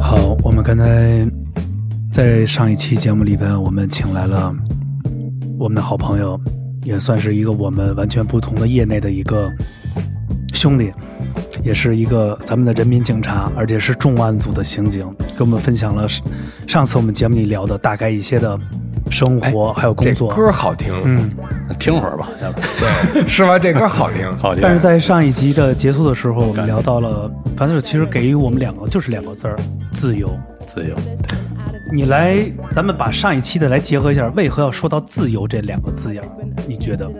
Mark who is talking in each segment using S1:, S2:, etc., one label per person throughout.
S1: 好，我们刚才在上一期节目里边，我们请来了我们的好朋友，也算是一个我们完全不同的业内的一个兄弟，也是一个咱们的人民警察，而且是重案组的刑警，给我们分享了上次我们节目里聊的大概一些的生活还有工
S2: 哎这
S1: 作。
S2: 歌好听，
S1: 嗯，
S3: 听会儿吧，要不
S2: 是吧？这歌好听，
S3: 好听。
S1: 但是在上一集的结束的时候，我们聊到了，反正其实给予我们两个就是两个字儿：自由。
S3: 自由，
S1: 你来，咱们把上一期的来结合一下，为何要说到自由这两个字眼儿？你觉得？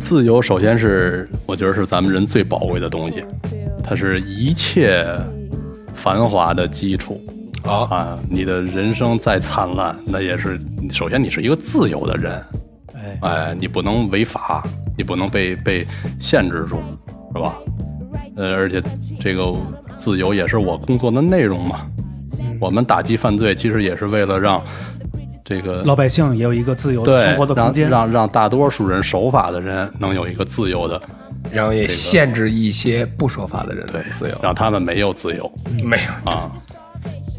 S3: 自由首先是我觉得是咱们人最宝贵的东西，它是一切繁华的基础。
S2: 好
S3: 啊，你的人生再灿烂，那也是首先你是一个自由的人，
S1: 哎，
S3: 哎，你不能违法，你不能被被限制住，是吧？呃，而且这个自由也是我工作的内容嘛。我们打击犯罪，其实也是为了让这个
S1: 老百姓也有一个自由的
S3: 对
S1: 生活的空间。
S3: 让让让大多数人守法的人能有一个自由的，
S2: 然后也限制一些不说话的人的
S3: 对，
S2: 自由。
S3: 让他们没有自由。
S2: 没有啊，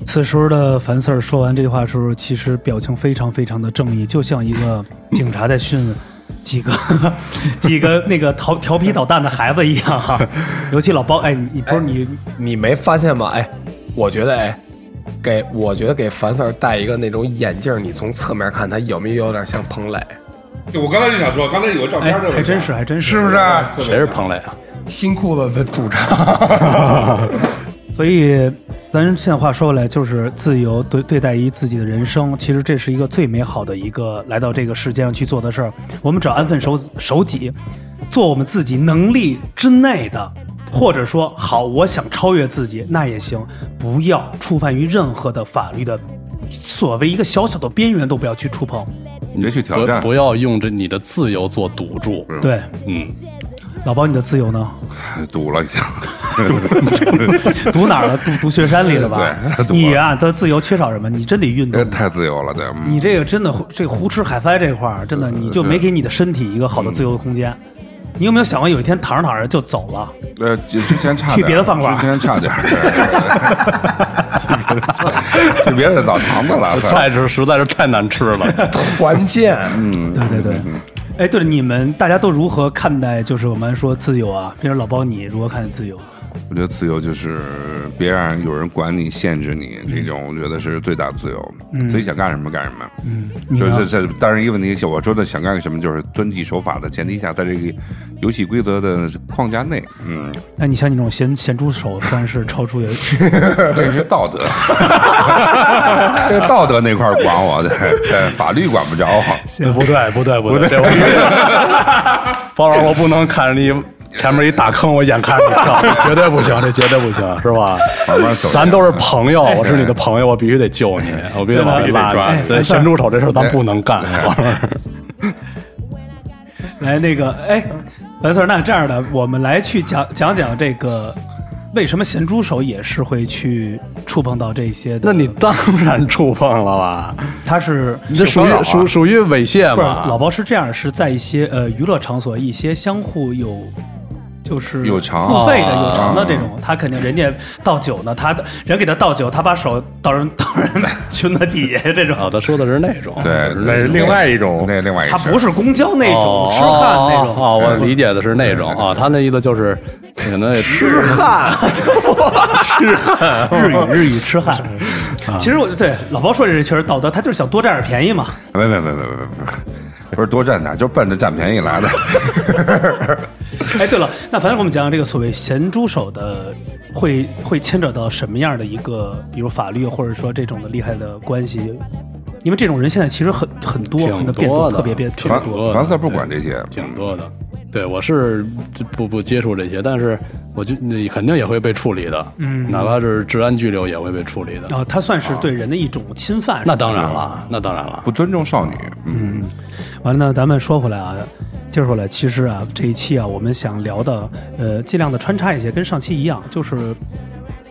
S1: 此时的樊四儿说完这话的时候，其实表情非常非常的正义，就像一个警察在训几个 几个那个 调调皮捣蛋的孩子一样哈、尤其老包，哎，你不是你
S2: 你没发现吗？哎，我觉得哎，给我觉得给樊四儿戴一个那种眼镜，你从侧面看他有没有有点像彭磊？
S4: 对，我刚才就想说，刚才有个照
S1: 哎
S4: 片，这，
S1: 还真是，还真是，
S2: 是不是？
S3: 谁是彭磊啊？
S2: 新裤子的主唱，
S1: 所以，咱现在话说回来，就是自由对对待于自己的人生，其实这是一个最美好的一个来到这个世界上去做的事儿。我们只要安分守守己，做我们自己能力之内的，或者说好，我想超越自己，那也行，不要触犯于任何的法律的所谓一个小小的边缘都不要去触碰。
S4: 你别去挑
S3: 不
S4: 战。
S3: 不要用着你的自由做赌注。
S1: 对，
S3: 嗯，
S1: 老包，你的自由呢？
S4: 堵了一下，
S1: 读哪儿了？读读雪山里了吧？
S4: 对读
S1: 你啊的自由缺少什么？你真得运动
S4: 这。 太自由了，这嗯
S1: 你这个真的，这胡吃海塞这块儿，真的你就没给你的身体一个好的自由的空间。你有没有想过有一天躺着躺着就走了？
S4: 呃，之之前差点
S1: 去别的饭馆
S4: 之前差点， 去别的澡堂子了，
S3: 菜是实在是太难吃 了。
S2: 团建，
S1: 对对对。哎，对了，你们大家都如何看待？就是我们说自由啊，比如老包，你如何看待自由？
S4: 我觉得自由就是别让有人管你、限制你，这
S1: 嗯
S4: 种我觉得是最大自由。自己想干什么干什么。嗯，
S1: 你
S4: 就
S1: 呢
S4: 是这，当然一个问题，我说的想干什么，就是遵纪守法的前提下，在这个游戏规则的框架内，嗯，
S1: 那你像你这种咸咸猪手，算是超出也
S4: 这是道德，这个道德那块儿管我，对，对法律管不着我。
S3: 不对，不对，不对，这我 包老师，我不能看着你前面一大坑，我眼看着你 跳，绝对不行，这绝对不行，是吧？
S4: 慢慢走
S3: 咱都是朋友，
S1: 哎
S3: 我是你的朋友，我必须得救你，我必须得往里
S4: 必须得抓
S3: 拉
S1: 哎
S3: 你。对，咸猪手这事儿咱不能干。
S1: 来那个哎，白 Sir，那这样的，我们来去讲讲讲这个为什么咸猪手也是会去触碰到这些的？
S3: 那你当然触碰了吧？
S1: 他是
S3: 你这属于属属于猥亵
S1: 不是，
S4: 啊
S3: 嘛？
S1: 老包是这样，是在一些呃娱乐场所，一些相互有。就是
S4: 有偿
S1: 付费的、有偿的
S4: 啊
S1: 这种，他肯定人家倒酒呢，他人给他倒酒，他把手倒人倒人裙子底下这 种，
S4: 哦
S3: 啊，他说的是那种，
S4: 对，
S3: 那是另外一种
S4: 那另外一
S1: 他
S4: 种，
S1: 不是公交那种痴汉那
S3: 哦哦，
S1: 种，哎
S3: 我理解的是那种啊，他那意思就是 可能也
S2: 痴汉，
S1: 日语日语痴 汉。其实我对老包说这确实道德，他就是想多占点便宜嘛。
S4: 没没没没没没，不是多占点，就奔着占便宜来的。
S1: 哎，对了，那反正我们讲讲这个所谓咸猪手的，会会牵扯到什么样的一个，比如法律或者说这种的厉害的关系？因为这种人现在其实很很多，可
S3: 挺
S1: 能变
S3: 多的，
S1: 特别变特
S3: 挺
S1: 别
S4: 反
S1: 多。
S3: 多的
S4: 樊四不管这些，
S3: 挺多的。对，我是不不接触这些，但是我就你肯定也会被处理的，嗯，哪怕是治安拘留也会被处理的。
S1: 啊，他算是对人的一种侵犯。啊
S3: 那当然
S1: 嗯
S3: 了，那当然了。
S4: 不尊重少女。嗯，
S1: 完了呢，咱们说回来啊，接着回来，其实啊，这一期啊，我们想聊的，呃，尽量的穿插一些，跟上期一样，就是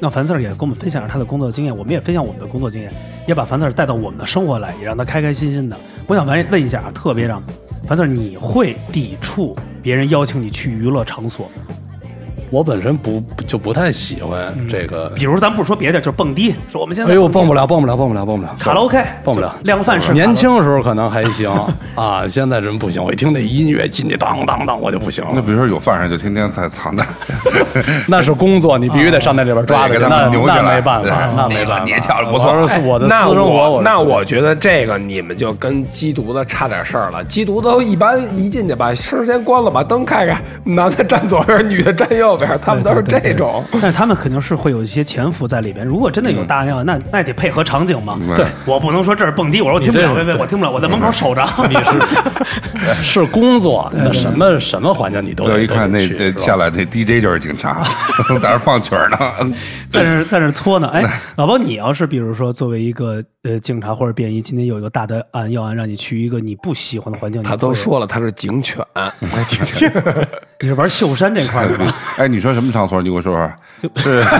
S1: 让樊 Sir 也跟我们分享一下他的工作经验，我们也分享我们的工作经验，也把樊 Sir 带到我们的生活来，也让他开开心心的。我想问问一下啊，特别让樊 Sir，你会抵触别人邀请你去娱乐场所吗？
S3: 我本身不就不太喜欢这个，
S1: 比如咱不嗯说别的，就是蹦迪，说我们现在
S3: 哎呦，蹦不了，蹦不了，蹦不了，蹦不了，
S1: 卡拉 OK，
S3: 蹦不了
S1: 就量贩式卡拉 OK。
S3: 年轻时候可能还 行啊，现在真不行。我一听那音乐进去当当当，我就不行
S4: 那
S3: 了。
S4: 比如说有犯人就天天在藏在，
S3: 那是工作，你必须得上那里边抓着
S4: 对
S3: 去
S4: 给他
S3: 那
S4: 们扭起
S3: 那
S4: 来
S3: 没办
S4: 对
S3: 法，那没办法。
S4: 你跳得不错
S3: 我是我的私
S2: 那
S3: 生活，
S2: 我
S3: 是
S2: 那我觉得这个你们就跟缉毒的差点事儿了。缉毒都一般一进去把声儿先关了，把灯开开，男的站左边，女的站右边，他们 都是
S1: 对对对
S2: 这种。
S1: 但是他们肯定是会有一些潜伏在里边。如果真的有大
S2: 嗯
S1: 样，那那也得配合场景嘛。
S4: 对，
S1: 我不能说这是蹦迪，我说我听不了，
S3: 你这
S1: 别
S3: 是
S1: 别，
S3: 对
S1: 我听不了，我 在门口守着。
S3: 你是是工作，那什么什么环境你都
S4: 最后一看那
S3: 这
S4: 这下来那 DJ 就是警察，在那放曲儿呢。
S1: 在这儿在这儿搓呢。哎，老包，你要是比如说作为一个呃警察或者便衣，今天有一个大的案要案，让你去一个你不喜欢的环境，
S2: 他
S1: 你
S2: 都
S1: 会
S2: 说了他是警犬，嗯 警犬
S1: 你是玩秀山这块儿的 吗？
S4: 哎，你说什么场所？你给我说说。是，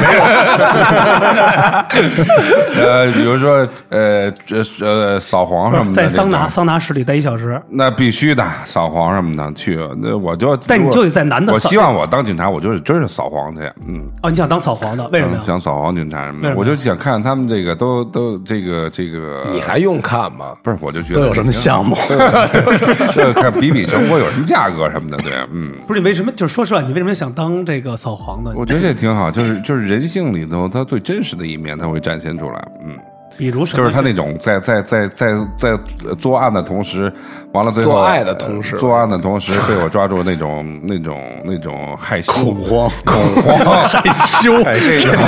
S4: 呃，比如说，呃，这呃，扫黄什么的，
S1: 在桑拿
S4: 这种
S1: 桑拿室里待一小时，
S4: 那必须的，扫黄什么的去。那我就，
S1: 但你就得在男的
S4: 我
S1: 扫
S4: 希望我当警察，我就是真是扫黄去，嗯，
S1: 哦，你想当扫黄的，为什么呀？
S4: 想扫黄警察什么
S1: 为什
S4: 的，
S1: 么
S4: 我就想看他们这个都都这个这个，
S2: 你还用看吗？
S4: 不是，我就觉得
S3: 都有什么项目？
S4: 这看比比全国有什么价格什么的，对，嗯。
S1: 不是你为什么？就是说实话，你为什么想当这个扫黄的？
S4: 我觉得这挺好，就是就是人性里头他最真实的一面，他会展现出来。嗯，
S1: 比如什
S4: 就
S1: 么？
S4: 是他那种在在在在在作案的同时，完了最后
S2: 做爱的同时
S4: 呃作案的 同时被我抓住那种那种那种害羞
S3: 恐慌，
S4: 恐慌 哎
S3: 害羞，
S4: 这种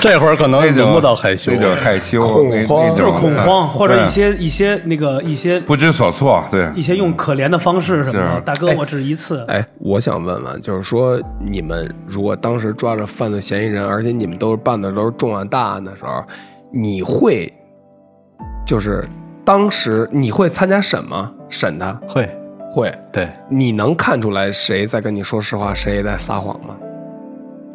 S3: 这会儿可能
S4: 那
S3: 轮
S4: 种
S3: 不到害羞
S4: 那。种害羞
S2: 恐
S4: 那
S2: 慌
S4: 那种
S2: 就是
S1: 恐慌，或者
S4: 对
S1: 一些一些那个一些
S4: 不知所措，对
S1: 一些用可怜的方式什么的。
S4: 是
S1: 大哥，我只一次，
S2: 哎，我想问问，就是说，你们如果当时抓着犯罪嫌疑人，而且你们都是办的都是重案大案的时候，你会就是当时你会参加审吗？审他
S3: 会，
S2: 会，
S3: 对，
S2: 你能看出来谁在跟你说实话，谁在撒谎吗？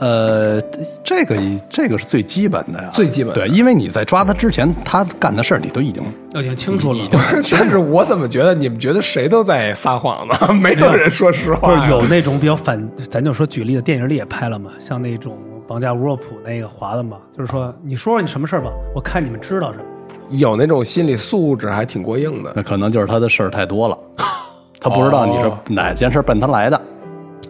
S3: 呃，这个一这个是最基本的呀，
S2: 最基本的
S3: 对，因为你在抓他之前，他干的事儿你都已经
S1: 我已经清楚了。
S2: 但是我怎么觉得你们觉得谁都在撒谎呢？ 没有人说实
S1: 不
S2: 话呀，
S1: 是有那种比较反，咱就说举例的，电影里也拍了嘛，像那种绑架乌若普那个划的嘛，就是说你说说你什么事儿吧，我看你们知道什么。
S2: 有那种心理素质还挺过硬的。
S3: 那可能就是他的事儿太多了，他不知道你
S2: 哦
S3: 是哪件事儿奔他来的，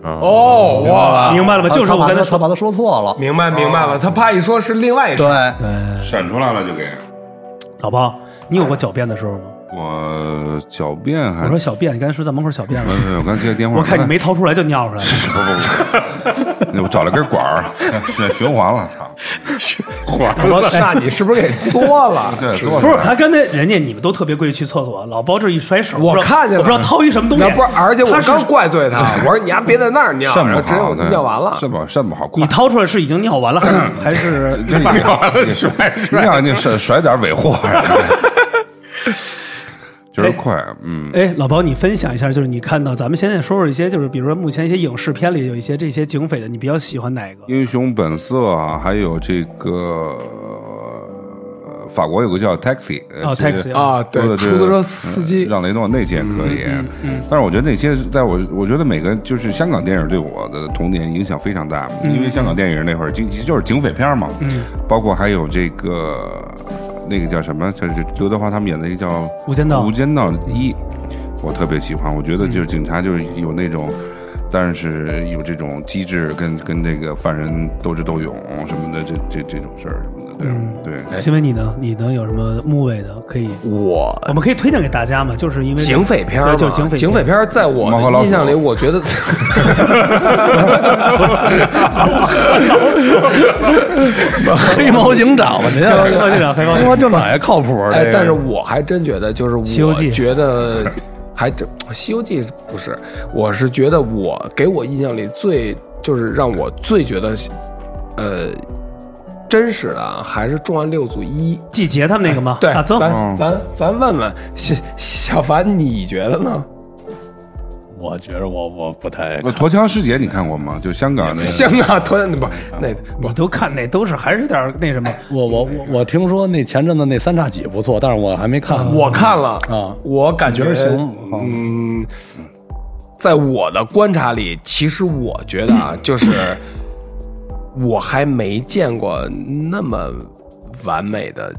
S2: 哦，哇，
S1: 明白了吧？就是
S3: 啊他
S1: 我
S3: 把
S1: 刚才
S3: 他
S1: 说
S3: 他把他说错了，
S2: 明
S4: 哦
S2: 白明白了，他怕一说是另外一事
S3: 对
S2: 儿。，
S4: 闪出来了就给
S1: 老包，你有过狡辩的时候吗？
S4: 我狡辩还
S1: 我说小便，你刚才说在门口小便
S3: 嗯
S1: 了，
S4: 我刚接电 话，
S1: 我看你没掏出来就尿出来了。
S4: 不 不不，我找了根管儿，循循环了，操！
S2: 我那你是不是给作了？
S4: 对，坐
S1: 不
S4: 着
S1: 是，他刚才人家你们都特别故意去厕所，老包这一甩手，
S2: 我
S1: 不知道
S2: 看见了
S1: 我不知道掏一什么东西
S2: 那。不是，而且我
S1: 他是
S2: 刚怪 罪他，我说你丫别在那儿尿，
S4: 肾
S2: 然后
S4: 不
S2: 直接
S4: 好
S2: 我，
S4: 对
S2: 尿完了。
S4: 肾不好，肾不好，
S1: 你掏出来是已经尿完了，还是还 是
S4: 这
S1: 没办法
S4: 了甩甩，你想你甩甩点尾货呀， 就是快，嗯，
S1: 哎，老包，你分享一下，就是你看到咱们现在说说一些，就是比如说目前一些影视片里有一些这些警匪的，你比较喜欢哪个？
S4: 英雄本色啊，还有这个呃法国有个叫 Taxi，呃
S1: 哦
S4: 这个
S1: Taxi
S2: 啊，对
S4: 说，的
S2: 出
S4: 是
S2: 租车司
S4: 嗯
S2: 机，
S4: 让雷诺那些可以，
S1: 嗯
S4: 但是我觉得那些在我我觉得每个就是香港电影对我的童年影响非常大，因为香港电影那会儿就就是警匪片嘛，
S1: 嗯
S4: 包括还有这个那个叫什么，就是刘德华他们演的一个叫《
S1: 无间道
S4: 无间道一》，我特别喜欢，我觉得就是警察就是有那种。但是有这种机制跟跟这个犯人斗智斗勇什么的，这这这种事儿什么的，对、对。
S1: 新闻你呢？你能有什么末尾的可以？
S2: 我
S1: 我们可以推荐给大家嘛？就是因为
S2: 警匪片儿嘛
S1: 对，就是警匪
S2: 警匪片儿，在我
S4: 猫和老
S2: 的
S4: 鼠
S2: 印象里，我觉 得
S3: 黑猫警长吧，您啊这
S1: 黑猫警长黑猫警长
S3: 黑猫警长也靠谱，这
S2: 哎
S3: 个，
S2: 但是我还真觉得，就是
S1: 西游
S2: 我
S1: 记
S2: 觉得还真《西游记》不是，我是觉得我给我印象里最就是让我最觉得，呃，真实的啊，还是《重案六组一》。
S1: 季杰他们那个吗？
S2: 对，
S1: 大曾
S2: 嗯咱咱咱问问小小凡，你觉得呢？
S3: 我觉着我我不太
S4: 那《呃驼枪师姐》你看过吗？就香港
S1: 呃
S4: 那个
S2: 香港脱单不那
S1: 你都看那都是还是有点儿那什么，
S3: 我我我我听说那前阵子那三叉戟不错，但是我还没看。
S2: 我看了
S3: 啊
S2: 我感嗯
S3: 觉
S2: 觉
S3: 得行
S2: 嗯，在我的观察里，其实我觉得啊，就是我还没见过那么完美的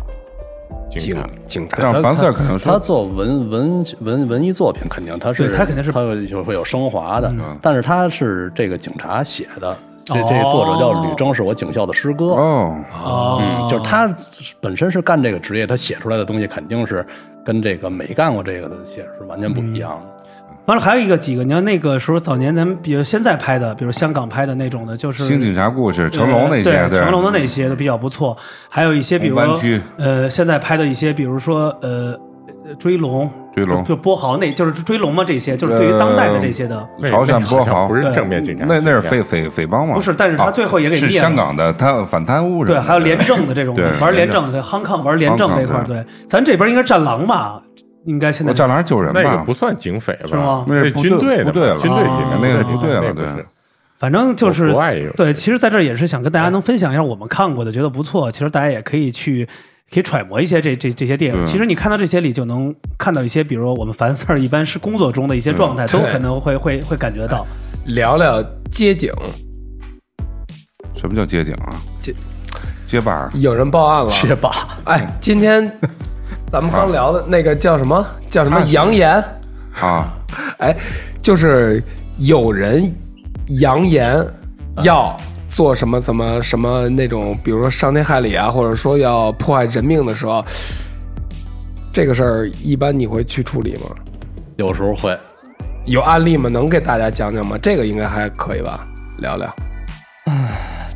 S2: 警警察
S4: 但是樊四可能
S3: 他
S4: 嗯说
S3: 做文文文文艺作品，肯定他是
S1: 对他肯定是嗯
S3: 他有会有升华的，但是他是这个警察写的，这这作者叫吕征，是我警校的师哥。
S4: 哦，
S1: 哦
S3: 嗯，就是他本身是干这个职业，他写出来的东西肯定是跟这个没干过这个的写是完全不一样
S4: 嗯
S3: 的。
S1: 完了还有一个几个，你看那个时候早年咱们比如现在拍的，比如香港拍的那种的，就是
S4: 《新警察故事》成龙那些，
S1: 呃对
S4: 对
S1: 成龙的那些都比较不错，还有一些比如
S4: 红番区
S1: 说呃现在拍的一些，比如说呃追龙，
S4: 追龙呃
S1: 就就波豪那就是追龙嘛，这些就是对于当代的这些的，
S5: 那
S4: 潮汕
S5: 那好
S4: 波
S5: 像
S4: 豪
S5: 不是正面警察
S4: 那
S5: 形
S4: 那
S5: 象，
S4: 是匪匪匪帮嘛？
S1: 不是但是他
S4: 啊
S1: 最后也给
S4: 是
S1: 灭了
S4: 香港的，他反贪污什么
S1: 对，
S4: 的
S1: 还有廉政的这种的
S4: 对
S1: 玩廉
S4: 廉
S1: 政，在 Hong Kong 玩廉
S4: Hong
S1: 政
S4: Kong，
S1: 这块儿，对，咱这边应该战狼吧，应该现在
S4: 我战狼救人
S5: 那个
S4: 吧
S5: 不？算警匪吧？
S1: 是吗
S4: 那是不对
S5: 军队的
S4: 不对了
S5: 军队
S1: 啊
S5: 警察
S1: 那个是
S4: 不对了
S5: 那个
S4: 对
S5: 是
S1: 反正就是
S5: 国国外也有
S1: 对，其实在这儿也是想跟大家能分享一下我们看过的，觉得不错。其实大家也可以去。可以揣摩一些这这这些电影，
S4: 对
S1: 其实你看到这些里就能看到一些，比如说我们凡事儿一般是工作中的一些状态，都
S2: 对
S1: 可能会会会感觉到。
S2: 聊聊街景，
S4: 什么叫街景啊？
S2: 街
S4: 街霸啊
S2: 有人报案了。
S3: 结巴，
S2: 哎，今天咱 们刚聊的那个叫什么？叫什么？扬言？
S1: 嗯
S4: 啊，
S2: 哎，就是有人扬言要做什么什么什么那种，比如说伤天害理啊，或者说要破坏人命的时候，这个事儿一般你会去处理吗？
S3: 有时候会。
S2: 有案例吗？能给大家讲讲吗？这个应该还可以吧，聊聊。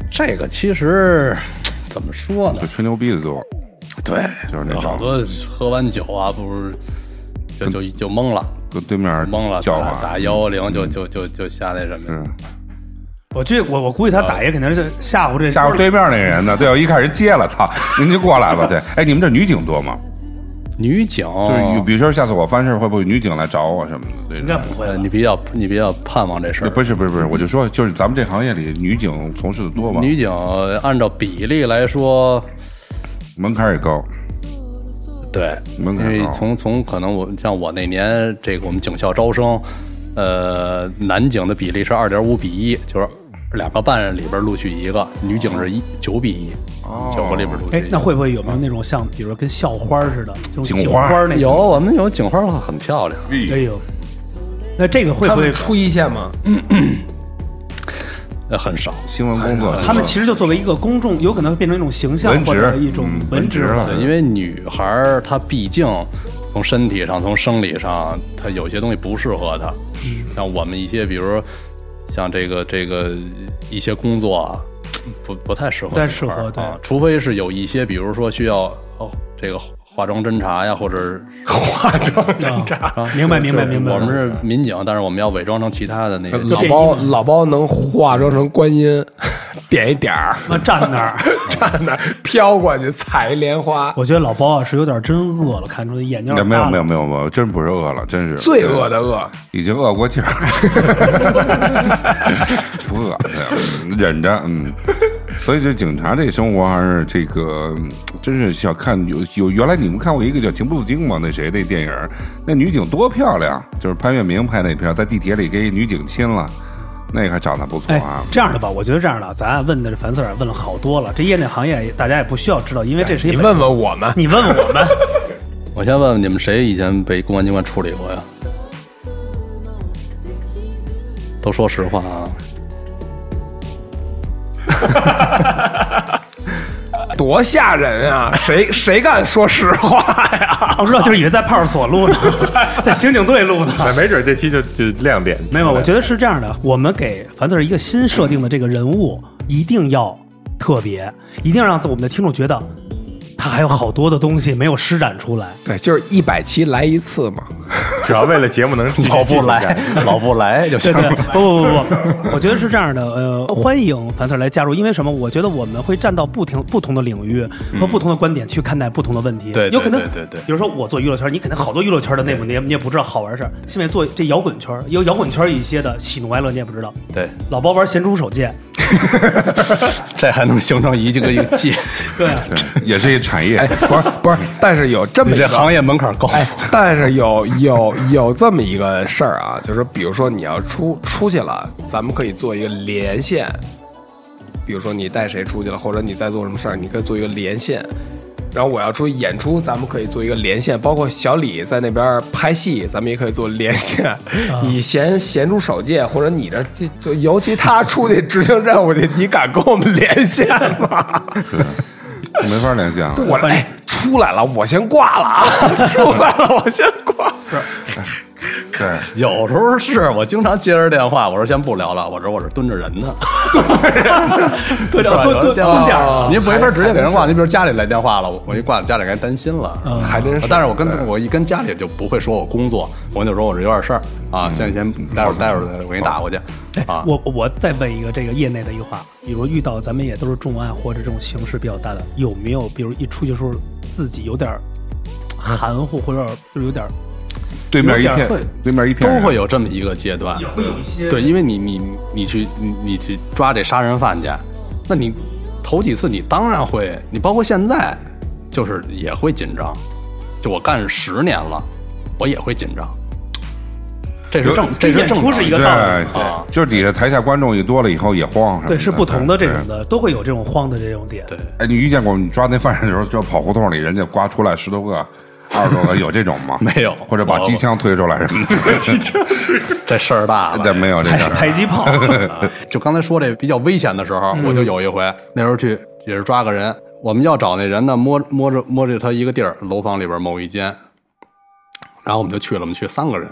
S3: 这个其实怎么说呢
S4: 就？吹牛逼的多，
S3: 对，
S4: 就是那
S3: 有好
S4: 种
S3: 多喝完酒啊，不是就就就懵了，
S4: 跟对面
S3: 懵了，
S4: 嗯叫
S3: 打
S4: 唤，嗯
S3: 打幺幺零就就就就下那什么
S4: 是。
S1: 我觉得我我估计他打也肯定是吓唬这
S4: 吓唬对面那人呢？对，我一看人接了，操，您就过来吧。对，哎，你们这女警多吗？
S3: 女警，
S4: 就是有比如说下次我犯事儿，会不会女警来找我什么的？这
S1: 应
S4: 种
S1: 该不会
S3: 呃
S1: 吧。
S3: 你比较你比较盼望这事儿。
S4: 不是不是不是，我就说，就是咱们这行业里女警从事的多吗？
S3: 女警按照比例来说，
S4: 门槛儿也高，
S3: 对，
S4: 门槛
S3: 因
S4: 高
S3: 为从从可能我像我那年这个我们警校招生，呃，男警的比例是二点五比一，就是两个班里边录取一个，女警是一九比一，
S4: 哦
S3: 九个里边录取
S1: 哎，
S3: 一
S1: 那
S3: 个。
S1: 会不会有没有那种像，比如说跟校花似的，这种
S4: 警
S1: 警
S4: 花
S1: 花那
S3: 有
S1: 种？
S3: 我们有警花很漂亮，
S1: 哎呦，那这个会
S2: 他
S1: 不会
S2: 们？出一线吗？
S3: 呃，很少。
S4: 新闻工作是吧，
S1: 哎他们其实就作为一个公众，有可能变成一种形象
S4: 文职
S1: 或者一种
S4: 嗯
S1: 文
S4: 文职
S1: 职
S4: 了
S3: 对，因为女孩儿她毕竟从身体上、从生理上，她有些东西不适合她。
S1: 嗯
S3: 像我们一些，比如说像这个这个一些工作啊，不不太适合
S1: 不太
S3: 女
S1: 适合
S3: 孩儿
S1: 对
S3: 啊，除非是有一些，比如说需要哦这个化妆侦查呀，或者是
S1: 啊明白明白明白。
S3: 我们是民警，但是我们要伪装成其他的那个。
S2: 老包老包能化妆成观音，点一点儿，
S1: 他妈站那儿，
S2: 站那儿飘过去采一莲花。
S1: 我觉得老包啊是有点真饿了，看出来眼睛
S4: 没有没有没
S1: 有
S4: 有没有没有，真不是饿了，真是
S2: 罪恶的恶，
S4: 已经饿过气儿， 不饿，对忍着，嗯。所以这警察这生活还是这个，嗯真是小看有有。原来你们看过一个叫《情不自禁》吗？那谁那电影儿，那女警多漂亮，就是潘粤明拍那片儿，在地铁里跟一女警亲了，那个还长得不错
S1: 哎
S4: 啊，。
S1: 这样的吧，我觉得这样的，咱问的是樊四儿问了好多了，这业内行业大家也不需要知道，因为这是一
S2: 你
S1: 本
S2: 问问我们，
S1: 你问问我们，
S3: 我先问问你们，谁以前被公安机关处理过呀？都说实话啊。
S2: 多吓人 啊！谁谁敢说实话呀？
S1: 我知道就是以为在派出所录的，在刑警队录的。
S5: 那没准这期就就亮点。
S1: 没 有，我觉得是这样的，我们给樊四儿一个新设定的这个人物，一定要特别，一定要让我们的听众觉得他还有好多的东西没有施展出来。
S2: 对，就是一百期来一次嘛。
S5: 主要为了节目能
S3: 老不来，老不来就
S1: 对
S3: 行
S1: 对
S3: 了。，
S1: 不不不不，我觉得是这样的，呃，欢迎樊 Sir 来加入，因为什么？我觉得我们会站到不同不同的领域和不同的观点去看待不同的问题。
S3: 嗯对对
S1: 有可能
S3: 对对对
S1: 比如说我做娱乐圈，你肯定好多娱乐圈的内部你也你也不知道好玩事儿。现在做这摇滚圈，有摇滚圈一些的喜怒哀乐你也不知道。
S3: 对，
S1: 老包玩咸猪手剑，
S3: 这还能形成一个一个 季，
S1: 对，
S4: 对，也是一产业。
S2: 哎
S1: 哎
S2: 不是不是，但是有这么
S3: 你
S2: 一个
S3: 这行业门槛高。
S2: 哎，但是有有有这么一个事儿啊，就是比如说你要出出去了，咱们可以做一个连线，比如说你带谁出去了，或者你在做什么事儿，你可以做一个连线。然后我要出去演出，咱们可以做一个连线，包括小李在那边拍戏，咱们也可以做连线。你咸咸猪手贱，或者你这这就尤其他出去执行任务去，你敢跟我们连线吗？
S4: 没法联系啊。
S2: 我哎，出来了，我先挂了啊！出来了，我先挂。
S4: 对，
S3: 有时候是我经常接着电话，我说先不聊了，我说我是蹲着人 呢， 蹲着
S1: 蹲蹲蹲点儿
S3: 你没法直接给人挂，你比如家里来电话了，我我一挂家里该担心了，
S2: 嗯还真是
S3: 但是我跟我一跟家里就不会说我工作，我就说我这有点事儿啊，现在先待会儿待会儿我给你打过去
S2: 哎
S3: 啊。
S1: 我我再问一个这个业内的一个话，比如遇到咱们也都是重案或者这种形势比较大的，有没有比如一出去的时候自己有点儿含糊，或者就是有点儿
S4: 对面一
S1: 有
S4: 片
S1: 点
S3: 会，
S4: 对面一片
S3: 都会
S4: 有。
S3: 有这么一个阶段，
S1: 会有一些
S3: 对，因为你你你去你你去抓这杀人犯去，那你头几次你当然会，你包括现在，就是也会紧张。就我干十年了，我也会紧张，这是正这是
S1: 演
S3: 正
S1: 出
S3: 常
S1: 是一
S3: 的
S1: 个
S4: 对
S1: 道理
S3: 啊
S4: 对，就是底下台下观众一多了以后也慌什么
S1: 对是不同的这。
S4: 对
S1: 种的，都会有这种慌的这种点。
S3: 对
S4: 哎，你遇见过你抓那犯人的时候，就跑胡同里，人家刮出来十多个、二十多个，有这种吗？
S3: 没有
S4: 或者把机枪推出来什么的，
S3: 这事儿大了。
S4: 这没有这
S1: 迫
S4: 个。
S1: 迫击炮，
S3: 就刚才说这比较危险的时候，我就有一回，那时候去也是抓个人，我们要找那人呢，摸摸着摸着他一个地儿，楼房里边某一间，然后我们就去了，我们去三个人，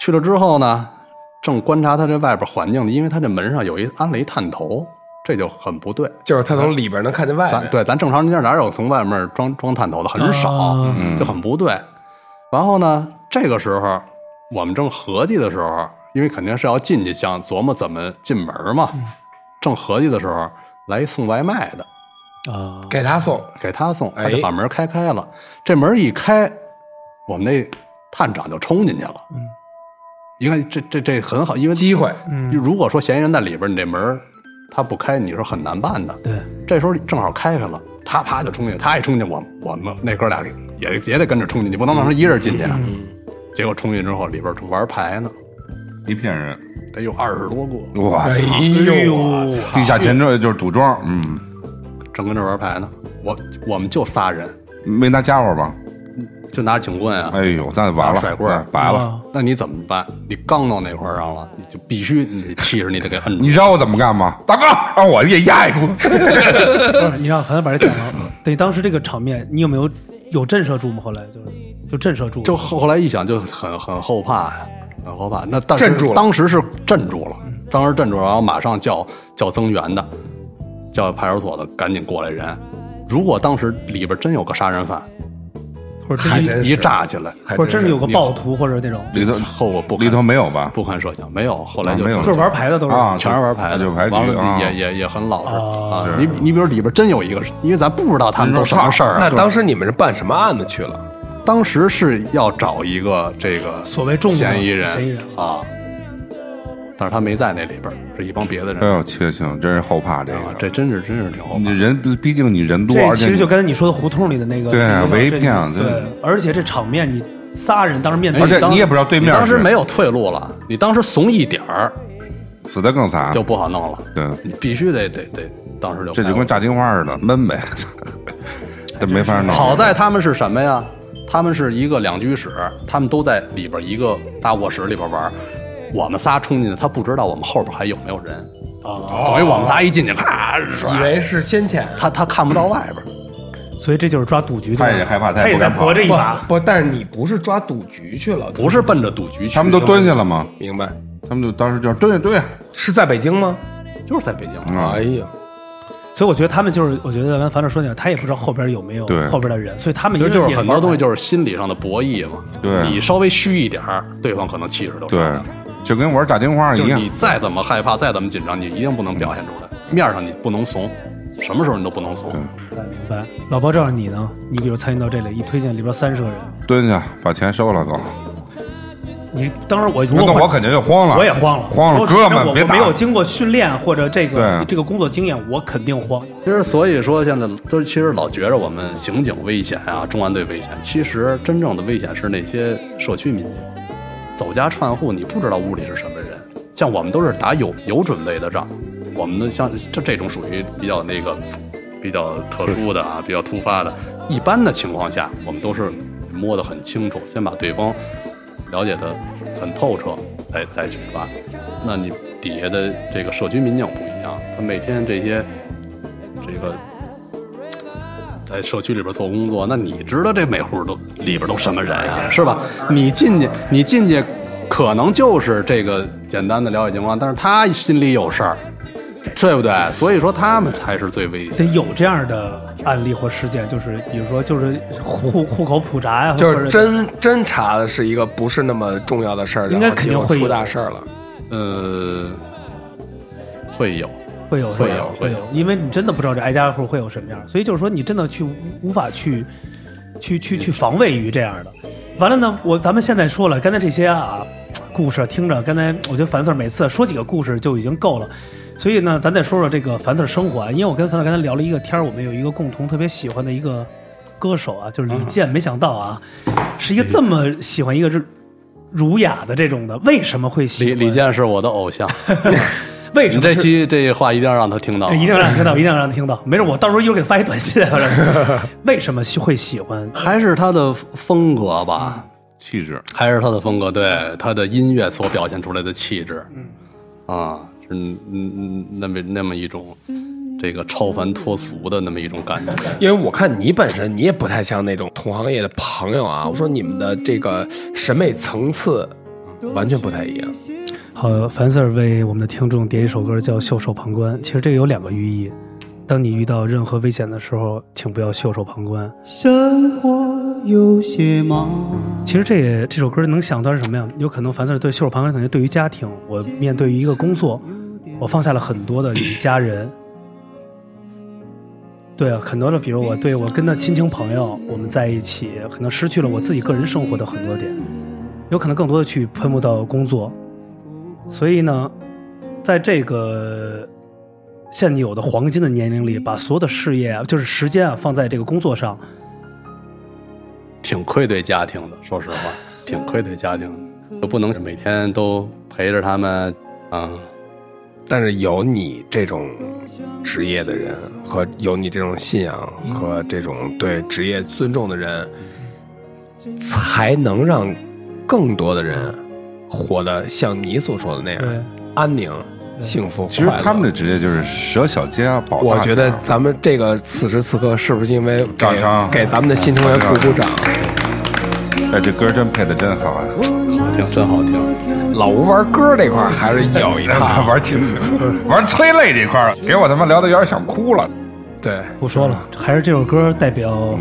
S3: 去了之后呢，正观察他这外边环境呢，因为他这门上有一安了一探头，这就很不对。
S2: 就是他从里边能看见外
S3: 咱
S2: 边。
S3: 对咱正常人家哪有从外面装装探头的，很少，
S1: 啊
S3: 就很不对。然后呢，这个时候我们正合计的时候，因为肯定是要进去，想琢磨怎么进门嘛。正合计的时候，来一送外卖的，
S1: 啊，
S2: 给他送，
S3: 给他送，
S2: 哎
S3: 他就把门开开了。这门一开，我们那探长就冲进去了。嗯，你看这这这很好，因为
S2: 机会。
S3: 如果说嫌疑人在里边，你这门他不开，你是很难办的。
S1: 对，
S3: 这时候正好开开了，他啪就冲进去，他一冲进去，我我们那哥俩也也得跟着冲进去，你不能让他一人进去啊。结果冲进去之后，里边正玩牌呢，
S4: 一片人，
S3: 得有二十多个，
S4: 哇
S2: 哎
S4: 塞！
S2: 呦，
S4: 地下钱庄就是赌庄，嗯，
S3: 正跟这玩牌呢。我我们就仨人，
S4: 没拿家伙吧？
S3: 就拿着警棍啊，
S4: 哎呦，那完了，
S3: 甩棍儿
S4: 对白了。
S1: 啊
S3: 那你怎么办？你刚到那块儿上了，你就必须你气势你得给摁住
S4: 你。知道我怎么干吗？大哥，让我也压一股。
S1: 不是你让樊 Sir 把这讲了，对当时这个场面，你有没有有震慑住吗？后来就是就震慑住，
S3: 就后后来一想，就很很后怕呀，很后怕。那但是
S2: 镇住了
S3: 当时是镇住了，当时镇住了，然后马上叫叫增援的，叫派出所的赶紧过来人。如果当时里边真有个杀人犯，
S1: 或者真是
S3: 一炸起来，
S1: 或者真是有个暴徒或者那种，
S4: 里头
S3: 后果不堪
S4: 里头没有吧？
S3: 不堪设想。没有，后来
S4: 啊
S3: 就
S4: 没有
S1: 就是玩牌的都是
S4: 啊，
S3: 全是玩牌的，
S4: 就牌局
S3: 完了
S4: 啊。
S3: 也也也很老实
S1: 哦
S3: 啊。你你比如里边真有一个，因为咱不知道他们都什么事儿
S2: 那
S3: 啊。
S2: 当时你们是办什么案子去了？
S3: 当时是要找一个这个
S1: 所谓重的
S3: 嫌疑人
S1: 嫌疑人
S3: 啊，但是他没在那里边儿，是一帮别的人
S4: 哎。呦，确幸，真是后怕这
S3: 啊
S4: 个。
S3: 这真是真是啊挺后
S4: 哎你
S3: 怕。
S4: 人，毕竟你人多，
S1: 这
S4: 而
S1: 其
S4: 且
S1: 实
S4: 你
S1: 就刚才你说的胡同里的那个
S4: 对
S1: 是一个
S4: 围
S1: 这
S4: 骗
S1: 种
S4: 对
S1: 对，而且这场面你仨人当时面
S3: 哎
S1: 对
S4: 而且
S3: 当
S4: 你也不知道对面
S3: 你当时
S4: 是
S3: 没有退路了，你当时怂一点儿
S4: 死的更惨。
S3: 就不好弄了，
S4: 对，
S3: 你必须得得得，当时就
S4: 啊这就跟炸金花似的，闷呗， 这没法弄。
S3: 好在他们是什么呀？他们是一个两居室，他们都在里边一个大卧室里边玩。我们仨冲进去，他不知道我们后边还有没有人，
S1: 哦
S3: 等于我们仨一进去，咔
S2: 以
S3: 甩，
S2: 为是先遣，
S3: 他他看不到外边。
S1: 所以这就是抓赌局的，
S4: 他也害怕他
S1: 他
S4: 也
S1: 也
S4: 不
S1: 在
S4: 敢跑
S1: 搏这一把。
S2: 不，但是你不是抓赌局去了，
S3: 不是奔着赌局去，
S4: 他们都蹲下了吗？
S2: 明白？
S4: 他们就当时就蹲下蹲下，
S2: 是在北京吗？啊哎
S3: 就是在北京。
S4: 啊嗯
S2: 哎呀，
S1: 所以我觉得他们就是，我觉得反正说那样，他也不知道后边有没有
S4: 对
S1: 后边的人，所以他们
S3: 其实
S1: 一个
S3: 就是是很多东西
S1: 是
S3: 就是心理上的博弈嘛。
S4: 对
S3: 你稍微虚一点儿，对方可能气势都上来
S4: 对
S3: 了。，
S4: 就跟玩炸金花
S3: 就
S4: 一
S3: 是
S4: 样
S3: 你，再怎么害怕，再怎么紧张，你一定不能表现出来。面儿上你不能怂，什么时候你都不能怂。
S1: 明白。老包，照着你呢，你比如参与到这里，一推荐里边三十个人，
S4: 蹲下把钱收了，走。
S1: 你当时我如
S4: 那
S1: 果
S4: 我肯定就慌了，
S1: 我也慌了，
S4: 慌了，
S1: 我
S4: 哥
S1: 我
S4: 们别
S1: 我
S4: 打
S1: 没有经过训练或者这个
S4: 对
S1: 这个工作经验，我肯定慌。
S3: 其实，所以说现在都其实老觉着我们刑警危险啊，重案队危险。其实真正的危险是那些社区民警，走家串户，你不知道屋里是什么人。像我们都是打有有准备的仗，我们的像这这种属于比较那个比较特殊的啊，比较突发的。一般的情况下，我们都是摸得很清楚，先把对方了解的很透彻，再再去抓。那你底下的这个社区民警不一样，他每天这些这个在社区里边做工作，那你知道这每户都里边都什么人啊，是吧？你进去，你进去，可能就是这个简单的了解情况，但是他心里有事儿，对不对？所以说他们才是最危险的。
S1: 得有这样的案例或事件，就是比如说就是户户口普查呀，
S2: 就
S1: 或者
S2: 是真真查的是一个不是那么重要的事儿，
S1: 应该
S2: 然后
S1: 肯定
S2: 结果
S1: 会有
S2: 出大事儿了。
S3: 呃，会有，
S1: 会有
S3: 会
S1: 是吧
S3: 有
S1: 会
S3: 会有
S1: 有，因为你真的不知道这挨家户会有什么样，所以就是说你真的去无无法去去去去防卫于这样的。完了呢，我咱们现在说了，刚才这些啊故事听着，刚才我觉得樊 Sir 每次说几个故事就已经够了。所以呢，咱再说说这个樊 Sir 生活啊，因为我跟樊 Sir 刚才聊了一个天儿，我们有一个共同特别喜欢的一个歌手啊，就是李健。没想到啊，
S3: 嗯
S1: 是一个这么喜欢一个这儒雅的这种的，为什么会喜
S3: 李
S1: 欢？
S3: 李，健是我的偶 像，
S1: 为什
S3: 你
S1: 么
S3: 这
S1: 是
S3: 期这话一定要让他听到啊、
S1: 哎一定要让他听到，一定要让他听到。没事，我到时候一会儿给他发一短信。反正为什么会喜欢？
S3: 还是他的风格吧。
S4: 气质，
S3: 还是他的风格，对他的音乐所表现出来的气质，嗯，啊，是嗯嗯那么那么一种这个超凡脱俗的那么一种感觉。
S2: 因为我看你本身你也不太像那种同行业的朋友啊，我说你们的这个审美层次完全不太一样。
S1: 好，樊 Sir 为我们的听众点一首歌，叫《袖手旁观》。其实这个有两个寓意：当你遇到任何危险的时候，请不要袖手旁观。
S6: 生活有些忙，
S1: 其实这也这首歌能想到是什么呀？有可能樊 Sir 对袖手旁观，可能对于家庭，我面对于一个工作，我放下了很多的与家人。对啊，很多的，比如我对我跟的亲情朋友，我们在一起，可能失去了我自己个人生活的很多点，有可能更多的去喷入到工作。所以呢，在这个现有的黄金的年龄里，把所有的事业啊，就是时间啊，放在这个工作上，
S3: 挺愧对家庭的，说实话，挺愧对家庭的，就不能每天都陪着他们，啊，
S2: 但是有你这种职业的人，和有你这种信仰和这种对职业尊重的人，才能让更多的人活得像你所说的那
S1: 对
S2: 样安宁、幸福。
S4: 其实
S2: 快乐
S4: 他们的职业就是舍小家保大家。
S2: 我觉得咱们这个此时此刻是不是因为给
S4: 掌声
S2: 给咱们的新成员鼓鼓掌？
S4: 哎，这歌真配的真好啊！
S3: 挺真好听。
S2: 老吴玩歌这块儿还是有 一套，
S4: 玩情
S2: 嗯
S4: 绪，玩催泪这块儿，给我他妈聊的有点想哭了。
S2: 对，
S1: 不说了，还是这首歌代表、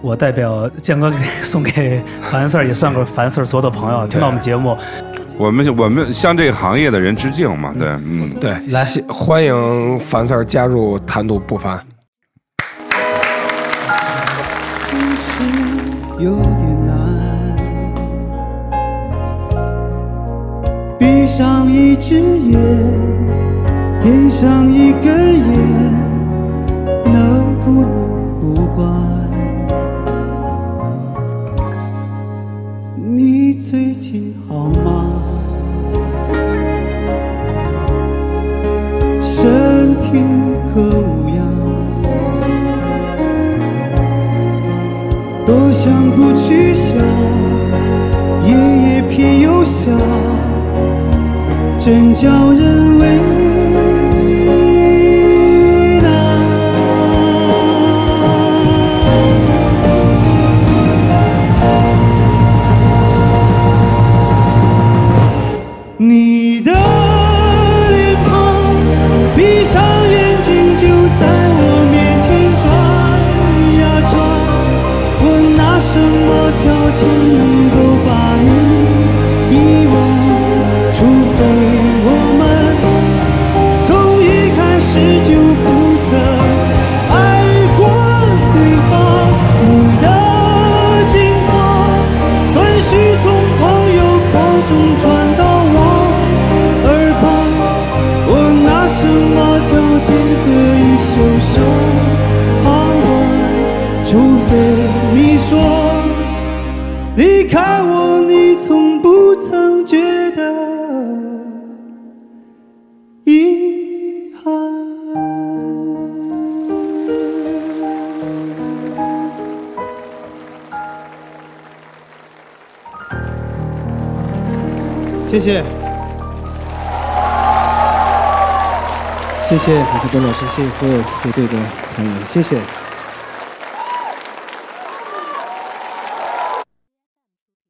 S1: 我代表建哥给 送给樊 Sir，也算个樊 Sir 所有的朋友，听到我们节目，
S4: 我们我们向这个行业的人致敬嘛，对，嗯，
S2: 对，
S1: 来
S2: 谢欢迎樊 Sir 加入谈吐不凡。
S6: 有点难。闭上一只眼，点上一根烟，能不能不管？你最近好吗？身体可无恙？多想不去想，夜夜偏又想，真叫人为难。你的脸庞，闭上眼睛就在除非你说离开我，你从不曾觉得遗憾。谢谢，谢谢感谢关老师，谢谢所有配对的朋友们，谢谢。